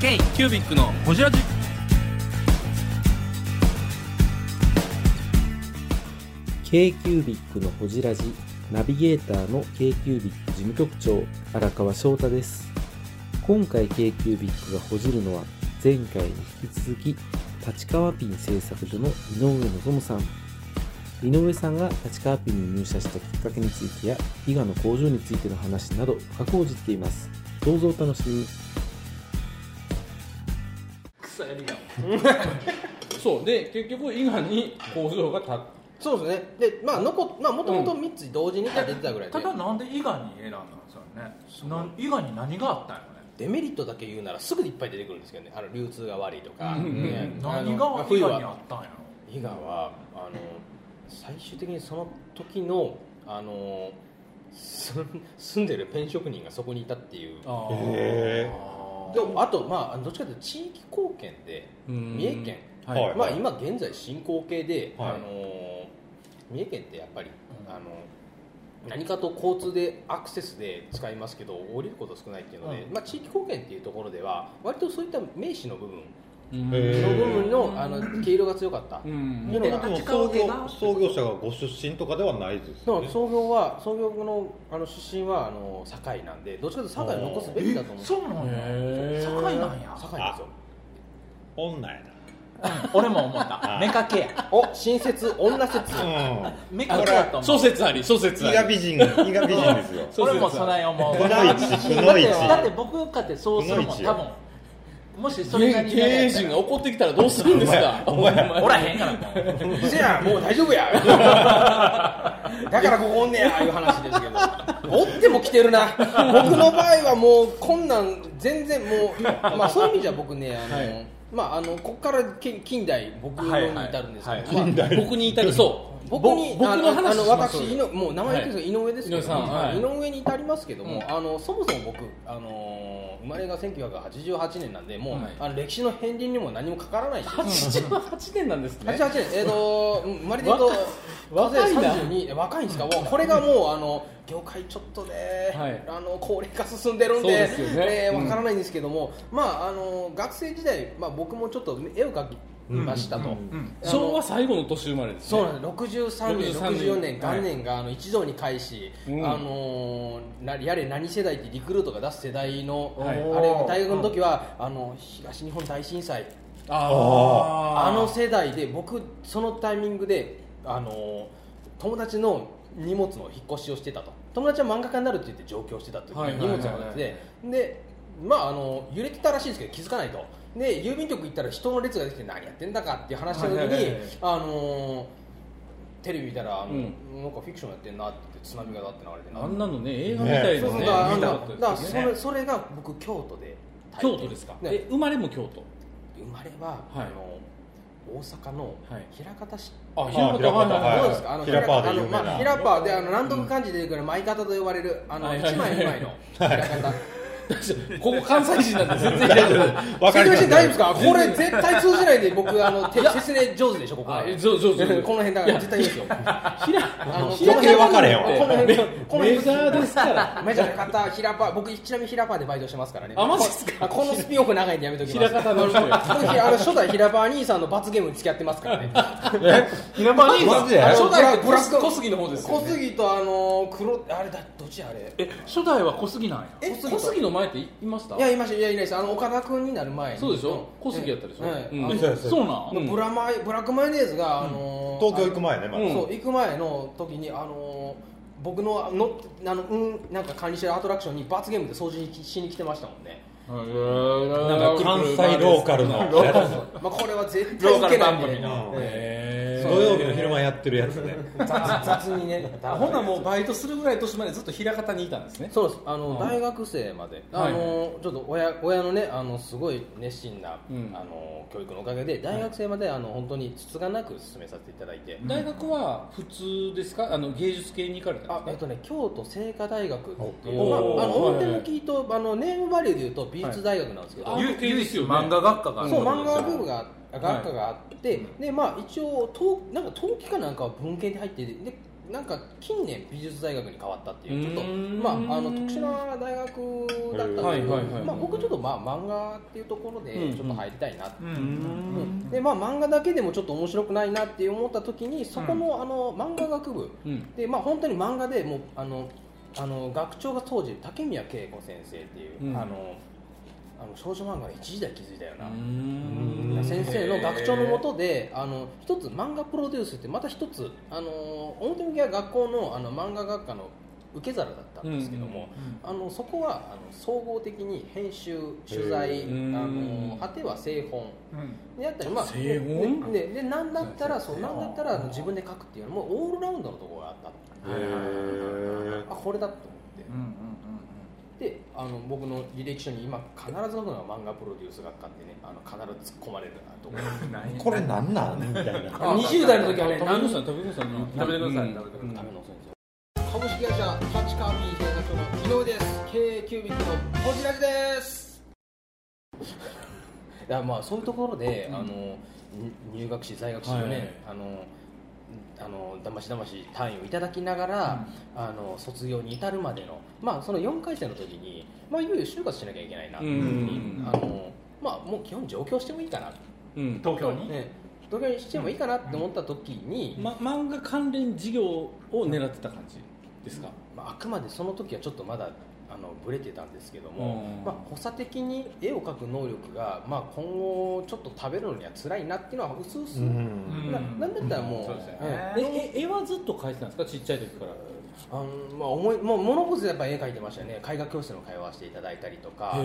K キュービックのホジラジ京急ビックのほじラジナビゲーターの京急ビック事務局長荒川翔太です今回京急ビックがほじるのは前回に引き続き立川ピン製作所の井上望さん井上さんが立川ピンに入社したきっかけについてや伊賀の工場についての話など深く報じていますどうぞお楽しみに草エビが そうで結局伊賀に工場が建っそうですねでまあ残っまあもともと3つ同時に出てたぐらいで、ただなんで伊賀に選んだんですよねなん伊賀に何があったんよねデメリットだけ言うならすぐいっぱい出てくるんですけどねあの流通が悪いとか、うんうんねあの何まあが伊冬賀にあはったんや伊賀はあの最終的にその時のあのす住んで るペン職人がそこにいたっていうたあーへろでもあとまあどっちかというと地域貢献でうん三重県はい、はいまあ、今現在進行形で、はいあのー三重県ってやっぱり、あのー何かと交通でアクセスで使いますけど降りること少ないっていうので、うまあ、地域貢献っていうところでは割とそういった名詞の部分うんへのー部分のあの毛色が強かった、うだんでもでも創立業川創業者がご出身とかではないですかよらね創業は創業のあの出身はあの堺なんでどっちかというと堺を残すべきだと思うそうなんへやー堺なんや堺なんですよ女や俺も思ったあ目かけやお親切女説な目かけやと思諸う説あり諸う説ん伊あ賀り美人伊賀美人ですよそう俺もそない思うくだのいちくのいちってだって僕かってそうするもんくのいち多や分もしそれが経経営陣が怒ってきたらどうするんですかお前お前おらへんからもうじゃあもう大丈夫 やだからここおんねやいう話ですけどおっても来てるな僕の場合はもうこんなん全然もうまあそういう意味じゃ僕ねあの、はいまああのこっから近近代僕のに至るんですけど、はいはいまあ僕に至るそう僕にぼ僕あのの話あのします私井のもう名前言ってるんですけど、井上ですけど井上さんはい井上に至りますけども、うんあのそもそも僕あの生まれが1988年なんでもう、はいあの歴史の片鱗にも何もかからないんですよ88年なんですね88年、えー、とうん生まれで言うと若い数え若いな32え若いんですか、もうこれがもうあの業界ちょっとね、はいあの高齢化進んでるんでそうですよねえーうんわからないんですけども、まあ、あの学生時代、まあ、僕もちょっと絵を描きましたと。うんあの昭和最後の年生まれですねそうなんです63年、 63 64年、はい元年があの一堂に会し、うんあのーなやれ何世代ってリクルートが出す世代の、はいあれ大学の時は、あの東日本大震災ああの世代で僕そのタイミングであの友達の荷物の引っ越しをしてたと友達は漫画家になるって言って上京してたというはいはいはいはい荷物の形ででまああの揺れてたらしいんですけど気づかないとで郵便局行ったら人の列ができて何やってんだかっていう話した時はいはいはいにはいあのテレビ見たらあの、うんなんかフィクションやってんなって言って津波がだって流れてあんなのね映画みたいそうなそねう見だからたかだっかたでらすそねれそれが僕京都で京都ですかねえ生まれも京都生まれは、はいあの大阪のはい枚方市あ平方はいはいどうですかあの平パーであの有名なまあ、平パーであの難読漢字で出てくる前方と呼ばれるあのはい一はいはい枚二枚の平方ここ関西人なんで全然 大丈夫わか説りま明してす大丈夫ですかこれ絶対通じないんで僕あの手説明上手でしょここあ上手上手この辺だから絶対いいですよあの平方分かれへんわこの辺このメ辺ジャーですからメジャーな方平パー僕ちなみに平パーでバイトしてますからねあマジっすかあこのスピンオフ長いんでやめときます枚方の人やあのあの初代平パー兄さんの罰ゲームに付き合ってますからね平場兄マジで初代はブラック小杉の方ですよ小ね杉とあの黒あれだどっちあれえ初代は小杉なんやえ小杉小と杉の前っていましたいやいましたいやいないですあの岡田君になる前にそうでしょ小杉やったでしょはいうんあのそうですそうなんうんブラマイブラックマヨネーズが、あのー東京行く前ねまうんだそう行く前の時にあのー僕ののあのうんなんか管理してるアトラクションに罰ゲームで掃除にしに来てましたもんねななんか関西ローカルのやつまあこれは絶対いけないんで、ローカル番組のえへ土曜日の昼間やってるやつねえ雑雑に ねーほなもうバイトするぐらい年までずっと平方にいたんですねそうですあの、うん大学生まで、はいあのちょっと親親のねあのすごい熱心な、うんあの教育のおかげで大学生まで、あの本当につつがなく進めさせていただいて、大学は普通ですかあの芸術系に行かれたあんえでっすかとね、京都精華大学っていう、まあおー、あのはいはい表向きと、あのネームバリューでいうと美術大学なんですけど、はいあ有ゆ唯名です一よね漫画学科があるそうとこ漫ですよ画部が学科があって、でまあ、一応東なんか冬季かなんかは文献で入っててでなんか近年美術大学に変わったっていうちょっうとーんまああの特殊な大学だったんで、はいはいはいまあ僕ちょっとまあ漫画っていうところでうんちょっと入りたいなって。うんうんでまあ、漫画だけでもちょっと面白くないなって思った時にそこのあの漫画学部うんで、まあ、本当に漫画でもうあのあの学長が当時竹宮恵子先生っていうう、んあのあの少女漫画の一時代気づいたよな、うん先生の学長のもとであの一つ漫画プロデュースってまた一つあの表向きは学校のあの漫画学科の受け皿だったんですけども、あのそこはあの総合的に編集取材、へーあの果ては製本うんであったり、まあ、製本でででなんだったらそそううですねなんだったら自分で書くっていうのもオールラウンドのところがあったと、あこれだと思って。うんうんうんであの僕の履歴書に今必ず書くのが漫画プロデュース学科ってねあの必ず突っ込まれるなと思ってうんないこれなんなんみたいなあ20代の時はね食べてください食べてください食べてくだうんさい食べてくださいダメの先生株式会社立川 B 製作所の井上です経営キュービックのこじらじです いやまあそういうところで、あのに入学し在学しのね、はいあのあのだましだまし単位をいただきながら、あの卒業に至るまでの、まあ、その4回生の時に、まあ、いよいよ就活しなきゃいけないな、うんあのまあ、もう基本上京してもいいかな、うん東京にね、東京にしてもいいかなって思った時に、ま漫画関連事業を狙ってた感じですかまあ、あくまでその時はちょっとまだあのブレてたんですけども、うんまあ、補佐的に絵を描く能力が、まあ、今後ちょっと食べるのには辛いなっていうのはうすうす、うんななんだったらもう,、そうですよええねええ絵はずっと描いてたんですかちっちゃい時からあのまあ、思いもう物こそやっぱ絵描いてましたよね絵画教室の会話をしていただいたりとかへ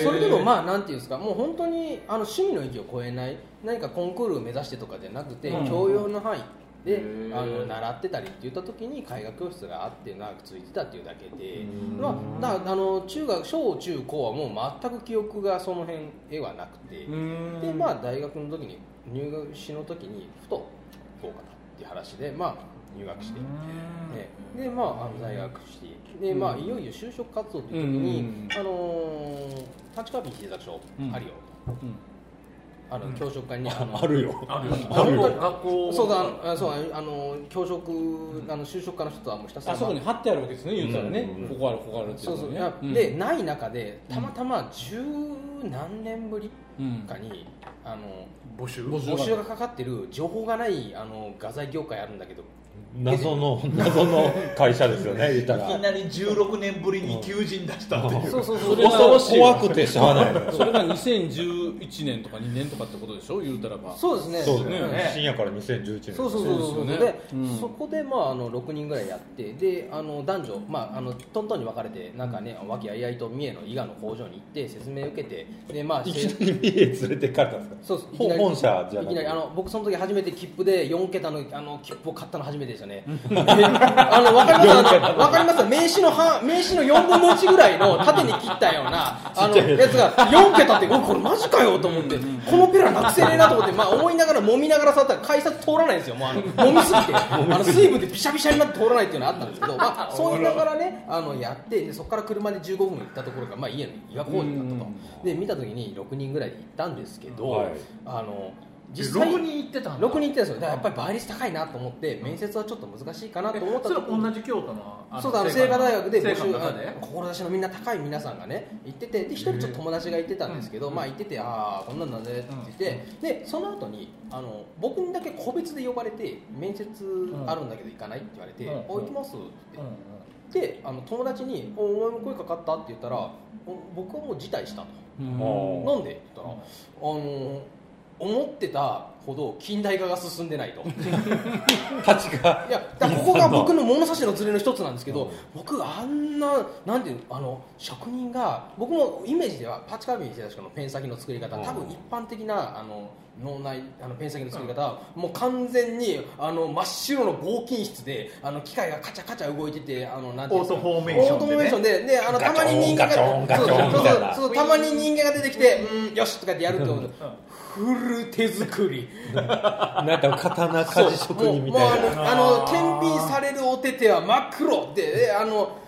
ーそれでもまあなんていうんですかもう本当にあの趣味の域を超えない何かコンクールを目指してとかじゃなくて、うん教養の範囲でへーあの習ってたりって言った時に絵画教室があって長く続いてたっていうだけで、うんまあ、だからあの中学小中高はもう全く記憶がその辺絵はなくて、でまあ大学の時に入学しの時にふと行こうかなっていう話で、まあ、入学して。ねでまあ、あの在学してで、まあ、いよいよ就職活動という時に、うんあのー、立川 B 製作所うんあるよ、うんあの教職課にあのあるよあるよあるよ学校そうだあのあそうあの教職あの就職課の人とはもうひたすらあそこに貼ってあるわけですね言うたらねうんここあるここあるっていそううのそう、ねなうんでない中でたまたま十何年ぶりうんかにあの募集募集募集がかかってる情報がないあの画材業界あるんだけど謎の謎の会社ですよね言ったらいきなり16年ぶりに求人出したっていうそうそうそそうれが恐ろしいわ怖くてしゃあないのよそれが2011年とか2年とかってことでしょ言うたらばそうですねそうだよんね深夜から2011年そうそうそうそうそうですよねで、うんそこで、まあ、あの6人ぐらいやってであの男女、まあ、あのトントンに分かれてなんかね和気あいあいと三重の伊賀の工場に行って説明を受けてで、まあ、いきなり三重連れて行かれたんですかそうそういき本なり本社じゃいなきくなりてあの僕その時初めて切符で4桁のあの切符を買ったの初めてでしたね あの分かりますあのわかります名刺の半名刺の4分の1ぐらいの縦に切ったようなあのちっちゃいやつが4桁っておこれマジかよと思ってこのペラなくせねえなと思って、まあ、思いながら揉みながら触ったら改札通らないんですよもうあの揉みす ぎてあの水分でビシャビシャになって通らないっていうのがあったんですけど、まあ、そう言いながらねあのやってでそこから車で15分行ったところが、まあ、家の岩工事だったと。で見た時に6人ぐらいで行ったんですけど、はいあの実際6人行ってたんだ6人行ってたんですよだからやっぱり倍率高いなと思って面接はちょっと難しいかなと思ったそとれころ同じ京都ののそうだあの清華大学で募清華集の中あでの志のみんな高い皆さんがね行っててで一人ちょっと友達が行ってたんですけど、うんまあ行っててああこんなんだねって言って、でその後にあの僕にだけ個別で呼ばれて面接あるんだけど行かないって言われて「うんお行きます」って言うっんてうん、であの友達に「おお前も声かかった?」って言ったらお「僕はもう辞退した」とうんもなんで?」って言ったらあの思ってたほど近代化が進んでないという立川やだからここが僕の物差しのズレの一つなんですけど僕あんななんていうのあの職人が僕もイメージではパチカビにしてた人のペン先の作り方うん多分一般的なあの脳内あのペン先の作り方はもう完全にあの真っ白の合金室であの機械がカチャカチャ動いててあのなんていうんですかオートフォーメーションオートでねフォーメーションでであのたまに人間がガチョンガチョンガチョンそうみたいなそうそうそうたまに人間が出てきてうんよしとかってやるってことフル手作りなんか刀鍛冶職人みたいもうなもうあのあの検品されるお手手は真っ黒でであの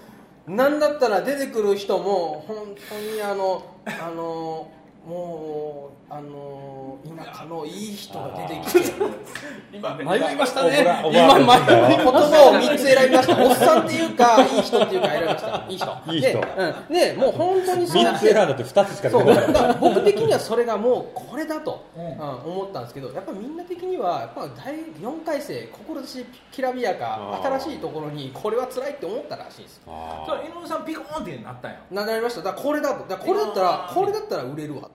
なんだったら出てくる人も本当にあのあのもうあのー田舎のいい人が出てきて今ね迷いましたねおぼら今お迷いぼら言葉を3つ選びましたおっさんっていうかいい人っていうか選びましたいい人いい人で,、うん、でもう本当にそう3つ選んだって2つしかそ出てうこなだいから 僕的にはそれがもうこれだと、ううんん思ったんですけどやっぱみんな的にはやっぱ第4回生志きらびやかあ新ーしいところにこれは辛いって思ったらしいですあそーれ井上さんピコーンってなったんやななりましただからこれだとだからこれだったらこれだったら売れるわ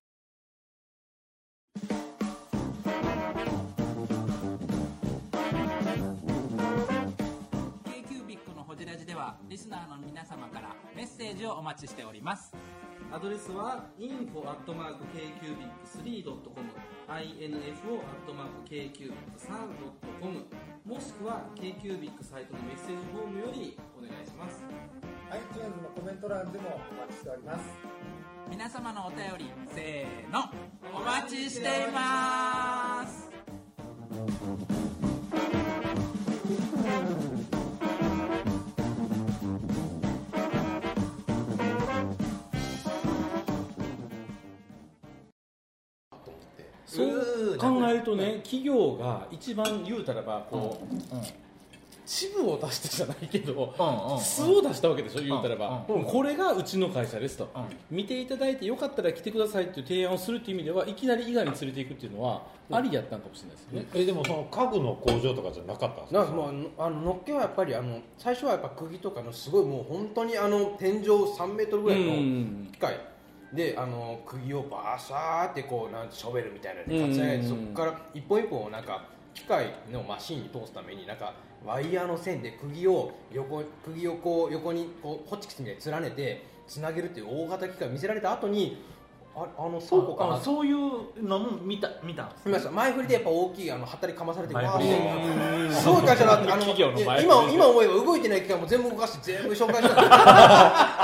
ケイキュービックのホジラジでは、リスナーの皆様からメッセージをお待ちしております。アドレスは info.kcubic3.com info.kcubic3.com もしくは KQBIC サイトのメッセージフォームよりお願いします iTunes のコメント欄でもお待ちしております皆様のお便り、せーの、お待ちしていますそう考えるとね企業が一番言うたらばこう、うん支部を出してじゃないけど、うんうん素を出したわけでしょ言うたらば、うんうんこれがうちの会社ですと、う見ていただいてよかったら来てくださいっていう提案をするっていう意味ではいきなり伊賀に連れていくっていうのはありやったんかもしれないですよね、えでもその家具の工場とかじゃなかったんですかなんかもうあののっけはやっぱりあの最初はやっぱ釘とかのすごいもう本当にあの天井3メートルぐらいの機械であの釘をバーサーってこうなんてショベルみたいなので立ち上げてうそんこから一本一本をなんか機械のマシンに通すためになんかワイヤーの線で釘を横釘をこう横にこうホチキスみたいに連ねてつなげるっていう大型機械を見せられた後にああの倉庫かなあそういうのも見た見たんです見ました前振りでやっぱ大きいあの働きかまされて前わー振っりてすごい会社だってあの企業の前振り今今思えば動いてない機械も全部動かして全部紹介した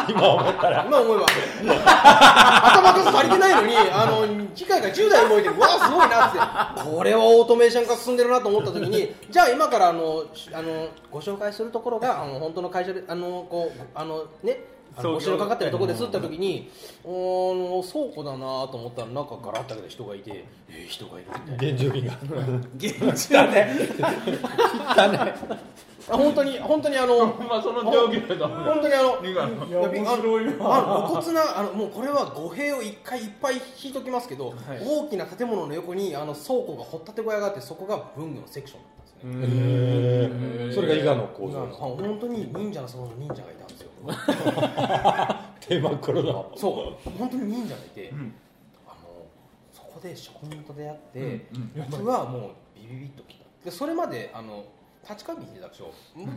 今思ったら今思えば頭数足りてないのにあの機械が10台動いてるわあすごいなってこれはオートメーション化進んでるなと思った時にじゃあ今からあのしあのご紹介するところがあの本当の会社であのこうあのねあの創業募集のかかってるところですって言った時に、おーあの倉庫だなと思ったらなんかガラッと開けた人がいて、えー人がいるみたいな原住民があ本当に本当にあのまあその状況だ本当にあの伊賀のいや面白いなあの露骨なあのもうこれは語弊を一回いっぱい引いときますけど、大きな建物の横にあの倉庫が掘ったて小屋があってそこが文具のセクションだったんですね、へえそれが伊賀の工あ場のです本当に忍者のその忍者がいた んですよテーマクロのそう本当に忍者がいて、んあのそこで職人と出会って、うん僕はもうビビビッときたでそれまであの立川秀作賞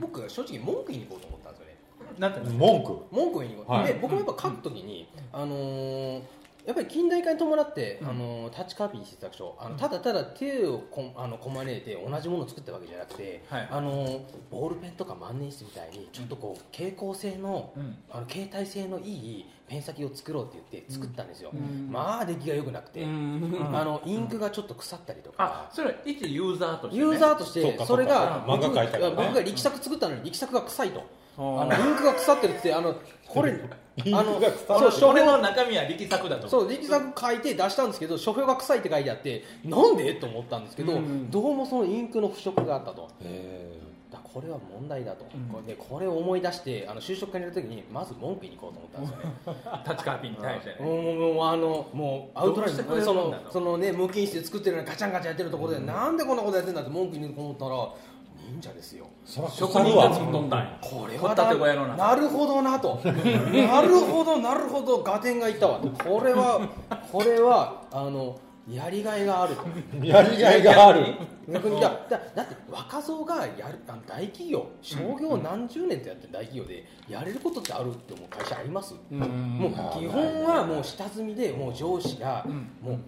僕は正直文句言いに行こうと思ったんですよね、なんていうの文句文句を言いに行く、はいで僕もやっぱ書くときに、あのーやっぱり近代化に伴って、あのー立川美製作所あのただただ手をこあのこまねいて同じものを作ったわけじゃなくて、はいあのーボールペンとか万年筆みたいにちょっとこう蛍光性のうんあの携帯性のいいペン先を作ろうって言って作ったんですよ、まあ出来が良くなくて、あのインクがちょっと腐ったりとか、あそれは一ユーザーとしてねユーザーとしそうてかそれがそうか漫画描いたからね僕が力作作ったのに力作が臭いと。ああのインクが腐ってるってあのこれあのそそうう書俺評の中身は力作だとそう力作書いて出したんですけど書評が臭いって書いてあってなんでと思ったんですけど、どうもそのインクの腐食があったとへだこれは問題だと、うんこれでこれを思い出してあの就職課にいる時にまず文句言いに行こうと思ったんですよね立川ピンに対してねもうもうもうあのもうアウトラインどうしてくれるんだそとのそのね無菌室で作ってるのにガチャンガチャンやってるところで、なんでこんなことやってんだって文句言いに行こうと思ったら忍者ですよえそら職人が作っとったんやこれ掘はったなて小屋の中なるほどな となるほどなるほど合点がいったわとこれはこれはあのやりがいがあるとやりがいがある逆にだだだって若造がやるあの大企業商業何十年とやってる大企業でやれることってあるってもう会社ありますもう基本はもう下積みでもう上司がもう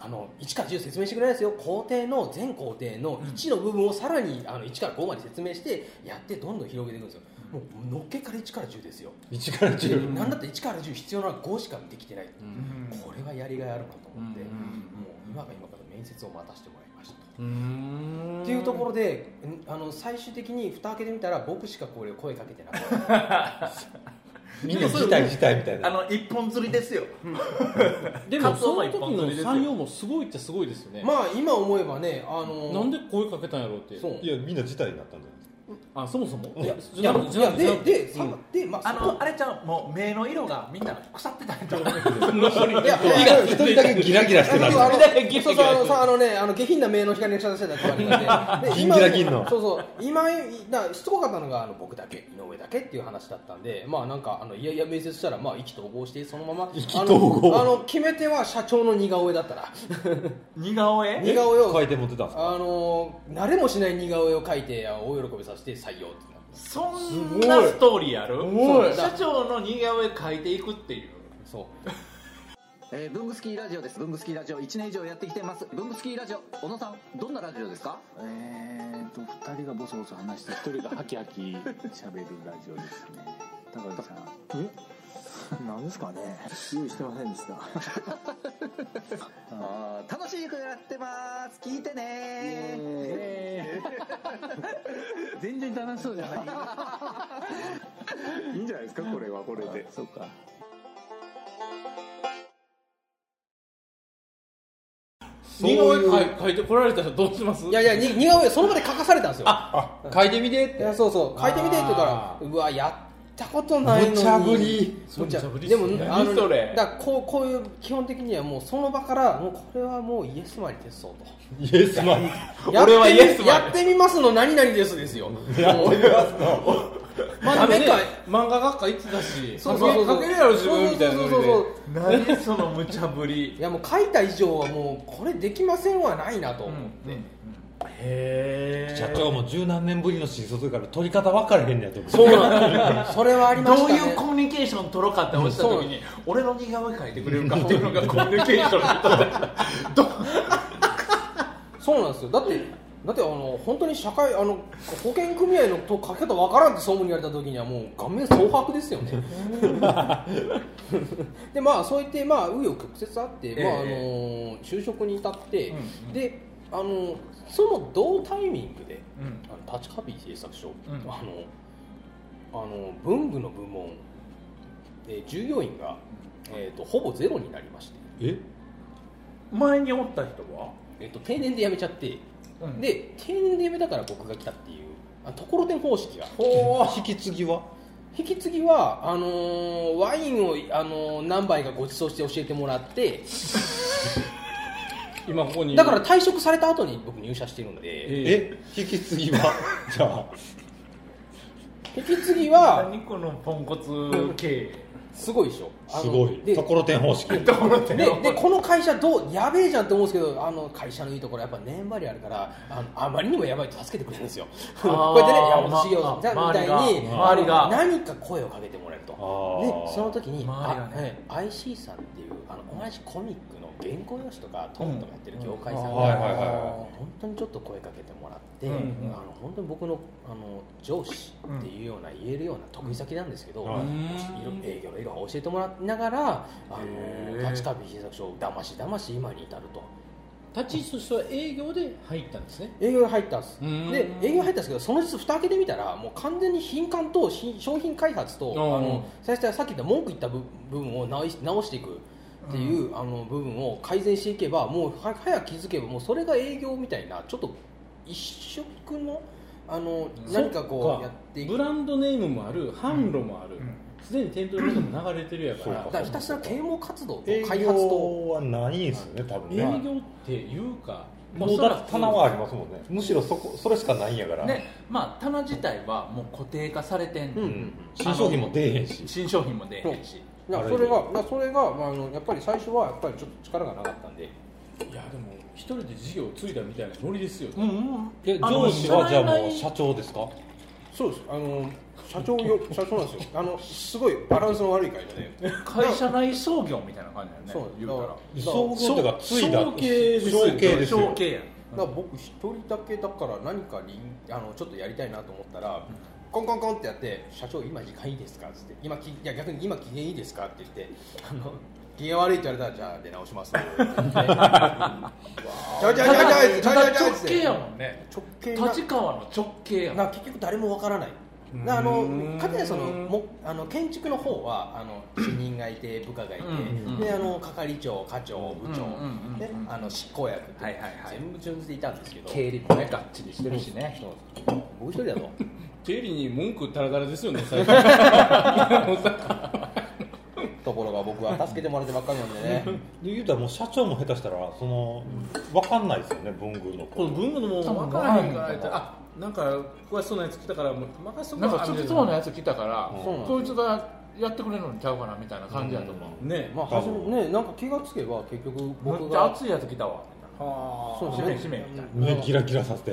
あの1から10説明してくれないですよ工程の全工程の1の部分をさらにあの1から5まで説明してやってどんどん広げていくんですよもうのっけから1から10ですよ一からで10なんだって1から10必要なのは5しかできてないうんこれはやりがいあるなと思ってうもうん今が今から面接を待たせてもらいましたと。っていうところでんあの最終的に蓋開けてみたら僕しかこれ声かけてなかったみんな辞退辞退みたいあなの一本釣りですよでカもツオそはの一時本釣のりですよ採用もすごいっちゃすごいですよね、まあ今思えばねあのなんで声かけたんやろうってそういやみんな辞退になったんじゃないですかあそもそもいやじいゃやなくていじゃやなくてでで、さでまああそこのあれちゃんもう目の色がみんな腐ってたんじゃないいやいや一人だけギラギラしてたんあでのすよそうそうあのさあのねあの下品な目の光の下出してた人がいたんででギンギラギンのそうそう今なしつこかったのがあの僕だけ井上だけっていう話だったんでまあなんかあのいやいや面接したらまあ意気投合してそのまま意気投合あの決め手は社長の似顔絵だった ら似顔絵似顔絵書をいて持ってたんですかあの慣れもしない似顔絵を描いてあ大喜びさせて採用ってなってそんなストーリーあるごいそう社長の似顔絵描いていくっていうそうえー、ブングスキーラジオです。ブングスキーラジオ1年以上やってきてます。ブングスキーラジオ、小野さん、どんなラジオですかえーと、2人がボソボソ話して、1人がハキハキ喋るラジオですね。高木さん。えなんですかね用意してませんでした。あー楽しい曲やってます。聞いてね全然楽しそうじゃない。いいんじゃないですか、これはこれで。そうか。似顔絵描い描いてこられたらどうしますいやいやに似顔絵その場で描かされたんですよあ描いてみてっいてやそうそう書いてみてって言うからあうわやったことないのに無茶ぶり無茶無茶ぶりっですねも何あのそれだからこうこういう基本的にはもうその場からもうこれはもうイエスマリですそうとイエスマン俺はイエスマンやってみやってみますの何々ですですよもうまあでもねダメ漫画学科行ってたしそうそうそう描けるやろ自分みたいなそうノそうそうそうリ何その無茶ぶりいやもう書いた以上はもうこれできませんはないなと思って、でへ社長も十何年ぶりの新卒だから取り方分からへんねやと思うそうなん ですよそれはありましどたうねいうコミュニケーション取ろうかって思ってた時に俺の似顔絵描いてくれるかっていうのがコミュニケーションの人だったどそうなんですよだってだってあの本当に社会あの保険組合のと書き方わからんって総務に言われた時にはもう顔面蒼白ですよねでまあそう言ってまあ紆余曲折あって、ええまああの就職に至って、であのその同タイミングで、うんあの立川美製作所、うんあのあの文具の部門で従業員が、えー、とほぼゼロになりまして、え前におった人はえー、と定年で辞めちゃってうんで定年で辞めたから僕が来たっていうあところてん方式が引き継ぎは引き継ぎはあのーワインを、あのー何杯かご馳走して教えてもらって今ここにいるだから退職された後に僕入社してるんでええ引き継ぎはじゃあ引き継ぎは何このポンコツ系すごいでしょあのすごいでところてん方式ところてででこの会社どうやべえじゃんって思うんですけどあの会社のいいところやっぱ年張りあるからあのあまりにもやばいと助けてくれるんですよ こうやってね山本修行さんみたいにま周りがあの何か声をかけてもらえるとであーその時に、周りがあねはい IC さんっていうあの同じコミックの原稿用紙とかトーンとかやってる業界さんが、うんはいはいはいはい本当にちょっと声かけてもらって、うんうんあの本当に僕のあの上司っていうような、言えるような得意先なんですけど、うんはい営業の色を教えてもらいながらあへのー立川美製作所をだましだまし今に至ると立ち位置としては営業で入ったんですね営業に入ったんですうーんで営業に入ったんですけどその実蓋開けてみたらもう完全に品管とし商品開発とあんの最初はさっき言った文句言った部部分を直し直していくっていう、あの部分を改善していけばもうは早く気づけばもうそれが営業みたいなちょっと一色のあの何かこうやっていくブランドネームもある販路もあるすで、に店頭にも流れてるやからそうだからひたすら啓蒙活動と開営発と業はないんですよね多分営ね業っていうかもうだって棚はありますもんねむしろそこそれしかないんやから、ねまあ棚自体はもう固定化されてんうの、ん新商品も出えへんし新商品も出えへんしだからそれが、だからそれが、まあ、あのやっぱり最初はやっぱりちょっと力がなかったんで、いやでも一人で事業を継いだみたいなノリですよねうんうんえあの上司はじゃあもう社社長ですかそうです、あの社長よ、社長なんですよ、あのすごいバランスの悪い会社で、会社内創業みたいな感じだよねそう言うたら総合とか継いだ承継ですよ承継です承よ継やんだから僕一人だけだから何かりあのちょっとやりたいなと思ったら、コンコンコンってやって「社長今時間いいですか?」っつって「今きいや逆に今機嫌いいですか?」って言ってあの「機嫌悪い」って言われたら「じゃあ出直します」って言って「ちょいちょいちょいちょいちょいちょいちょい」直っ系てやもんね直径な立川の直系やんな結局誰もわからないであのかつてそのもあの建築の方はあの主任がいて部下がいて、であの係長課長部長、ねあの執行役って、はいはいはい全部順次でいたんですけど経理もねがっちりしてるしねそう僕一人だと経理に文句たらたらですよね最近ところが僕は助けてもらってばっかりなんでね言うたらもう社長も下手したらその分かんないですよね文具のこの文具のも分からへんからあなんか詳しそうなやつ来たからもう任せとくなんかちょっとそうなややつ来たから、そうなんこいつがやってくれるのにちゃうかなみたいな感じやと思う、つねまあ初めねなんか気がつけば結局め僕っちゃが熱いやつ来たわはそうしでめすしねめみたいな目キラキラさせて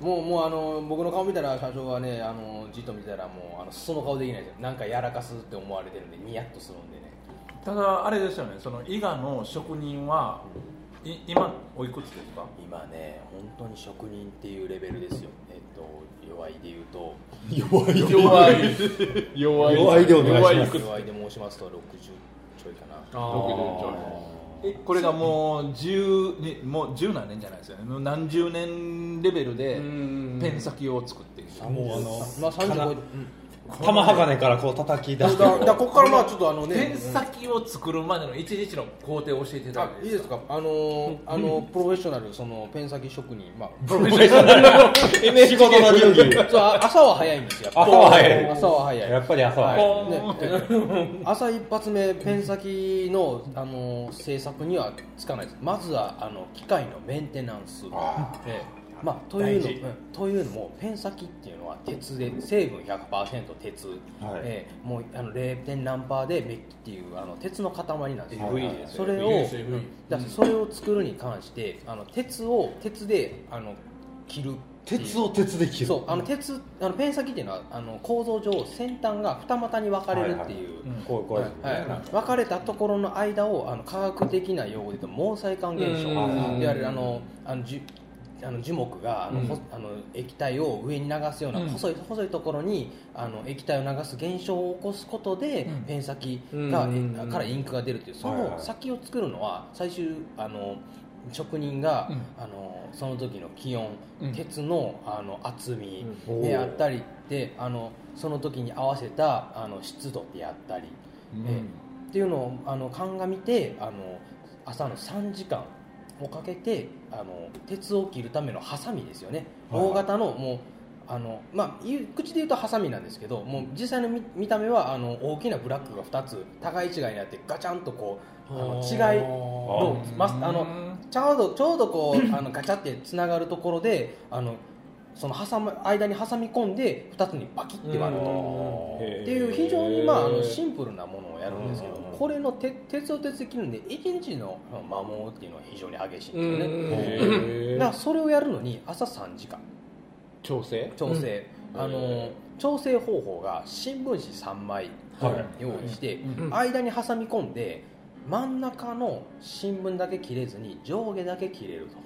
もうもうあの僕の顔見たら社長はねあのじっと見たらもうあのその顔できないですよなんかやらかすって思われてるんでニヤッとするんでねただあれですよねその伊賀の職人はい今おいくつですか今ね本当に職人っていうレベルですよえっと弱いで言うと弱い弱い弱い弱いでお願いします弱いくつ弱いで申しますと60ちょいかな60ちょいえこれがもう10にもう十何年じゃないですよねもう何十年レベルでペン先を作っているもうあのまあ35玉鋼からこう叩き出だしてだからこここからまあちょっとあのペンね先を作るまでの一日の工程を教えていたあだいいいてですかあのあのプロフェッショナルそのペン先職人まあう仕事の流儀そうあ朝は早いんですよ朝は早い朝は早いやっぱり朝は早いね 朝一発目ペン先のあの制作にはつかないですまずはあの機械のメンテナンスええまあ、というの大事うんというのもペン先っていうのは鉄で成分100%鉄、ええもうあの0点何パーでメッキっていうあの鉄の塊なんですよ、 FE ですそれを、うんだからそれを作るに関してあの鉄を鉄であの切るっていう鉄を鉄で切るそうあの鉄あのペン先っていうのはあの構造上先端が二股に分かれるっていう、こうこうやってはい分かれたところの間をあの科学的な用語で言うと毛細管現象うんいわゆるあのあの樹あの樹木があの、ほあの液体を上に流すような細い,、細いところにあの液体を流す現象を起こすことで、ペン先が、うんえからインクが出るっていうそはいはのい先を作るのは最終あの職人が、うんあのその時の気温、うん鉄のあの厚み、うんであったりであのその時に合わせたあの湿度であったり、うんええっていうのをあの鑑みてあの朝の3時間をかけてあの鉄を切るためのハサミですよね、はいはい大型のもうあのまあ、言う口で言うとハサミなんですけどもう実際の見見た目はあの大きなブラックが2つ互い違いになってガチャンとこうあの違いのまあのちょうどちょうどこうあのガチャってつながるところであのその挟む間に挟み込んで2つにバキッて割るとっていう非常にまああのシンプルなものをやるんですけどこれの鉄鉄を鉄で切るんで1日の摩耗っていうのは非常に激しいんですよねだからそれをやるのに朝3時間調整調整、あの調整方法が新聞紙3枚用意して、間に挟み込んで真ん中の新聞だけ切れずに上下だけ切れると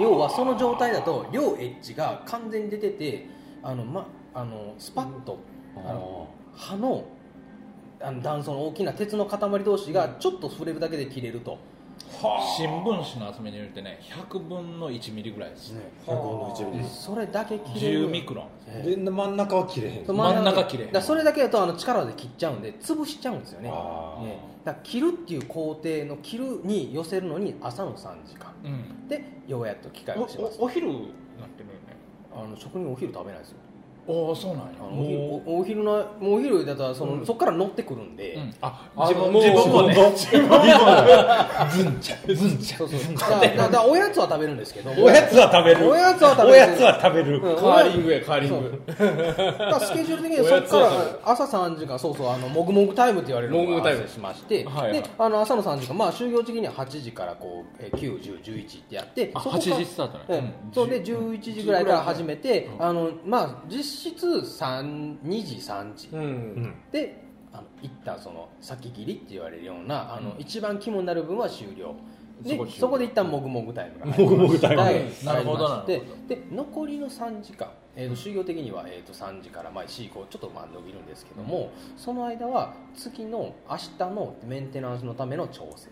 要はその状態だと両エッジが完全に出ててあの、ま、あのスパッとあの刃のあの断層の大きな鉄の塊同士がちょっと触れるだけで切れると。新聞紙の厚みによってね100分の1ミリぐらいです100分の1ミリそれだけ切れる10ミクロンで真ん中は切れへんそう真ん中切れへんだからそれだけだとあの力で切っちゃうんで潰しちゃうんですよねあーねだから切るっていう工程の切るに寄せるのに朝の3時間うんでようやっと機械をしますお昼なってるよねあの職人お昼食べないですよおおそうなんやあのお昼おお昼のもうお昼だったらその、そこから乗ってくるんで、うんああ自の分もう自分もね そうそうだからだからおやつは食べるんですけどおやつは食べるおやつは食べるおやつは食べるうんカーリングやカーリングだからスケジュール的におそやこつかをら朝3時間そうそうあのもぐもぐタイムって言われるもぐのもぐがタイム朝しまして、はいはいであの朝の3時間まあ就業時には8時からこうえー9、10、11ってやってあそこから8時スタートなんやうんそうで11時ぐらいから始めて、あのまあ実質3 2時3時、うんであの一旦その先切りって言われるようなあの、一番肝になる分は終了でそそここ終了で一旦もぐもぐタイムがもぐもぐタイムはいなるほど 入りましてなるほで残りの3時間、えーと就業的には、えー、と3時から、まあ、4以降ちょっとまあ伸びるんですけども、その間は次の明日のメンテナンスのための調整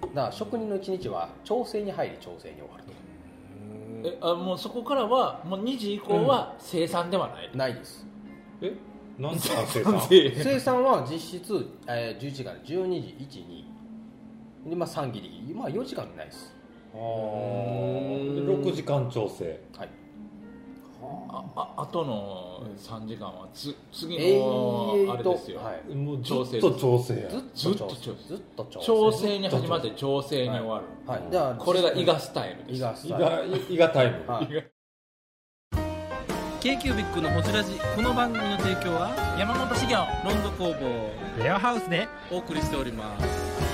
だから職人の1日は調整に入り調整に終わるとうえあもうそこからはもう2時以降は生産ではない、ないですえなんで完成さんで生産は実質、えー、11時から12時12で、まあ、3ギリギリ、まあ、4時間ないです6時間調整はいあああとの3時間はつ次永遠のとあれですよ、はいもうずっと調整やずっと調整ずっと調整調整に始まって調整に終わる、はいだからこれが伊賀スタイルです伊賀ス伊タイル賀伊賀タイムはい k q b i c のホジラジこの番組の提供は山本資源ロンド工房レアハウスでお送りしております